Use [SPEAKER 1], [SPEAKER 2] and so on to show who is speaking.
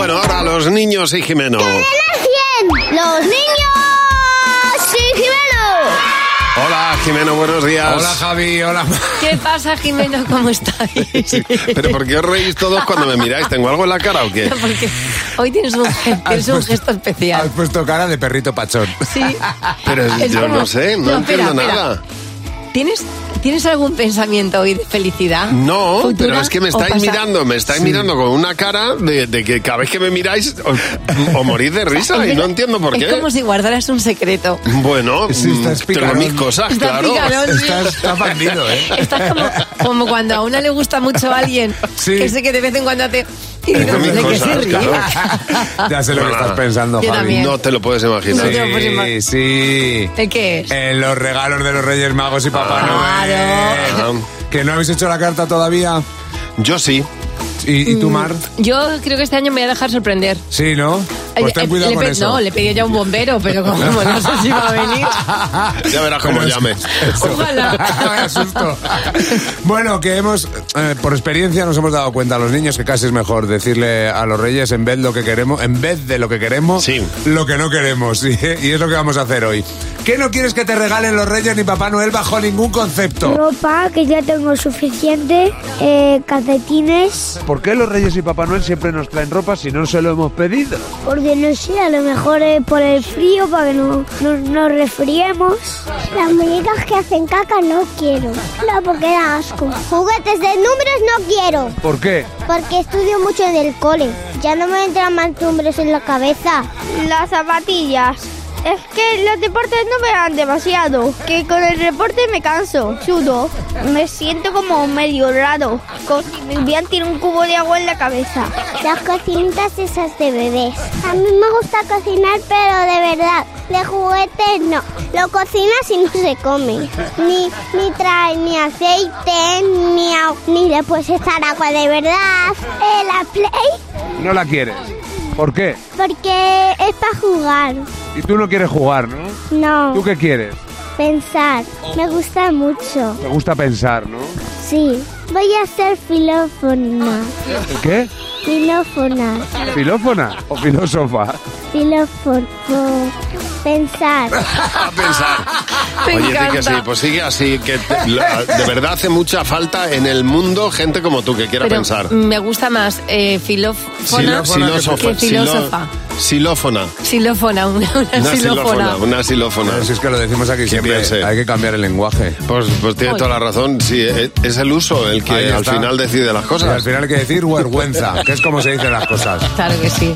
[SPEAKER 1] a los niños y Jimeno.
[SPEAKER 2] Los niños. Sí, Jimeno.
[SPEAKER 1] Hola, Jimeno, buenos días.
[SPEAKER 3] Hola Javi, hola.
[SPEAKER 4] ¿Qué pasa, Jimeno? ¿Cómo estáis?
[SPEAKER 1] Pero ¿por qué os reís todos cuando me miráis? ¿Tengo algo en la cara o qué?
[SPEAKER 4] No, porque hoy tienes un,
[SPEAKER 1] Ah,
[SPEAKER 4] ge- tienes
[SPEAKER 1] pues,
[SPEAKER 4] un gesto
[SPEAKER 3] Has
[SPEAKER 4] especial.
[SPEAKER 3] puesto cara de perrito pachón.
[SPEAKER 4] Sí.
[SPEAKER 1] Pero
[SPEAKER 4] Es
[SPEAKER 1] yo
[SPEAKER 4] como-
[SPEAKER 1] no sé, no,
[SPEAKER 4] No, espera,
[SPEAKER 1] entiendo
[SPEAKER 4] espera.
[SPEAKER 1] nada.
[SPEAKER 4] ¿Tienes, ¿Tienes algún pensamiento hoy de felicidad?
[SPEAKER 1] No,
[SPEAKER 4] futura
[SPEAKER 1] pero es que me
[SPEAKER 4] o
[SPEAKER 1] estáis
[SPEAKER 4] pasada?
[SPEAKER 1] mirando, me estáis mirando con una cara de, de que cada vez que me miráis os- os morís de risa y no entiendo por
[SPEAKER 4] Es
[SPEAKER 1] qué.
[SPEAKER 4] como si guardaras un secreto.
[SPEAKER 1] Bueno,
[SPEAKER 3] Sí,
[SPEAKER 1] mm,
[SPEAKER 3] estás
[SPEAKER 1] tengo
[SPEAKER 3] picarón.
[SPEAKER 1] mis cosas,
[SPEAKER 4] Estás
[SPEAKER 1] claro.
[SPEAKER 4] picarón.
[SPEAKER 3] Estás, estás bandido, ¿eh?
[SPEAKER 4] Estás como, como cuando a una le gusta mucho a alguien,
[SPEAKER 3] Sí.
[SPEAKER 4] que sé que de vez en cuando te... Y
[SPEAKER 1] Tengo
[SPEAKER 4] no
[SPEAKER 1] mis
[SPEAKER 4] sé de qué se
[SPEAKER 1] cosas,
[SPEAKER 4] ríe.
[SPEAKER 1] claro.
[SPEAKER 3] Ya sé lo que
[SPEAKER 1] Hola.
[SPEAKER 3] estás pensando,
[SPEAKER 4] Yo
[SPEAKER 3] Javi.
[SPEAKER 4] también.
[SPEAKER 1] No te lo puedes
[SPEAKER 4] No
[SPEAKER 1] imaginar.
[SPEAKER 4] te lo puedes imaginar.
[SPEAKER 3] Sí, sí.
[SPEAKER 4] ¿El qué es?
[SPEAKER 3] En los regalos de los Reyes Magos y Papá Noel.
[SPEAKER 4] Claro.
[SPEAKER 3] Que no habéis hecho la carta todavía.
[SPEAKER 1] Yo sí.
[SPEAKER 3] ¿Y, y
[SPEAKER 4] Mm.
[SPEAKER 3] tú, Mar?
[SPEAKER 4] Yo creo que este año me voy a dejar sorprender.
[SPEAKER 3] Sí, ¿no? Pues
[SPEAKER 4] Eh,
[SPEAKER 3] ten
[SPEAKER 4] eh,
[SPEAKER 3] cuidado
[SPEAKER 4] le
[SPEAKER 3] con
[SPEAKER 4] pe-
[SPEAKER 3] eso.
[SPEAKER 4] No, le pedí ya un bombero, pero como no sé si va a venir.
[SPEAKER 1] Ya verás cómo
[SPEAKER 3] Pero es-
[SPEAKER 1] llame.
[SPEAKER 4] Ojalá.
[SPEAKER 3] Vaya susto. Bueno, que hemos, eh, por experiencia nos hemos dado cuenta a los niños que casi es mejor decirle a los reyes en vez lo que queremos, en vez de lo que queremos,
[SPEAKER 1] Sí.
[SPEAKER 3] lo que no queremos. Y, y es lo que vamos a hacer hoy. ¿Qué no quieres que te regalen los reyes ni Papá Noel bajo ningún concepto?
[SPEAKER 5] Ropa, que ya tengo suficiente, eh, calcetines,
[SPEAKER 6] ¿Por qué los Reyes y Papá Noel siempre nos traen ropa si no se lo hemos pedido?
[SPEAKER 5] porque no sé, a lo mejor es por el frío, para que no no- nos resfriemos. Las muñecas que hacen caca no quiero, no, porque da asco. Juguetes de números no quiero,
[SPEAKER 6] ¿Por qué?
[SPEAKER 5] porque estudio mucho en el cole, ya no me entran más números en la cabeza.
[SPEAKER 7] Las zapatillas. Es que los deportes no me dan demasiado, que con el deporte me canso, sudo, me siento como medio raro, como si me hubieran tirado un cubo de agua en la cabeza.
[SPEAKER 5] Las cocinitas esas de bebés. A mí me gusta cocinar, pero de verdad, de juguetes no. Lo cocinas y no se come. Ni, ni trae ni aceite, ni, au- ni le puedes echar agua de verdad. Eh, la Play,
[SPEAKER 6] No la quieres. ¿Por qué?
[SPEAKER 5] porque es para jugar.
[SPEAKER 6] Y tú no quieres jugar, ¿no? ¿Tú
[SPEAKER 5] No,
[SPEAKER 6] qué quieres?
[SPEAKER 5] pensar. Me gusta mucho.
[SPEAKER 6] Te gusta pensar, ¿no?
[SPEAKER 5] Sí. Voy a ser filófona.
[SPEAKER 6] ¿El qué?
[SPEAKER 5] Filófona.
[SPEAKER 6] ¿Filófona o filósofa?
[SPEAKER 5] Filófona. Pensar.
[SPEAKER 1] A pensar.
[SPEAKER 4] Me
[SPEAKER 1] Oye, di que
[SPEAKER 4] encanta.
[SPEAKER 1] sí, pues sigue así. Que te- la- de verdad hace mucha falta en el mundo gente como tú que quiera
[SPEAKER 4] Pero mm,
[SPEAKER 1] pensar.
[SPEAKER 4] me gusta más eh, filófona
[SPEAKER 3] Silófona
[SPEAKER 1] Silófofa.
[SPEAKER 4] que filósofa. Eh,
[SPEAKER 1] Siló- Silófona.
[SPEAKER 4] Silófona, una, una
[SPEAKER 1] Una
[SPEAKER 4] silófona.
[SPEAKER 1] silófona. Una silófona.
[SPEAKER 3] Pero si es que lo decimos aquí siempre,
[SPEAKER 1] piense.
[SPEAKER 3] hay que cambiar el lenguaje.
[SPEAKER 1] Pues, pues tiene
[SPEAKER 4] Oye.
[SPEAKER 1] toda la razón. Sí, e- es el uso el que
[SPEAKER 3] Ahí
[SPEAKER 1] al
[SPEAKER 3] está.
[SPEAKER 1] final decide las
[SPEAKER 3] Y al
[SPEAKER 1] cosas.
[SPEAKER 3] final hay que decir vergüenza, que es como se dicen las cosas.
[SPEAKER 4] Claro que sí.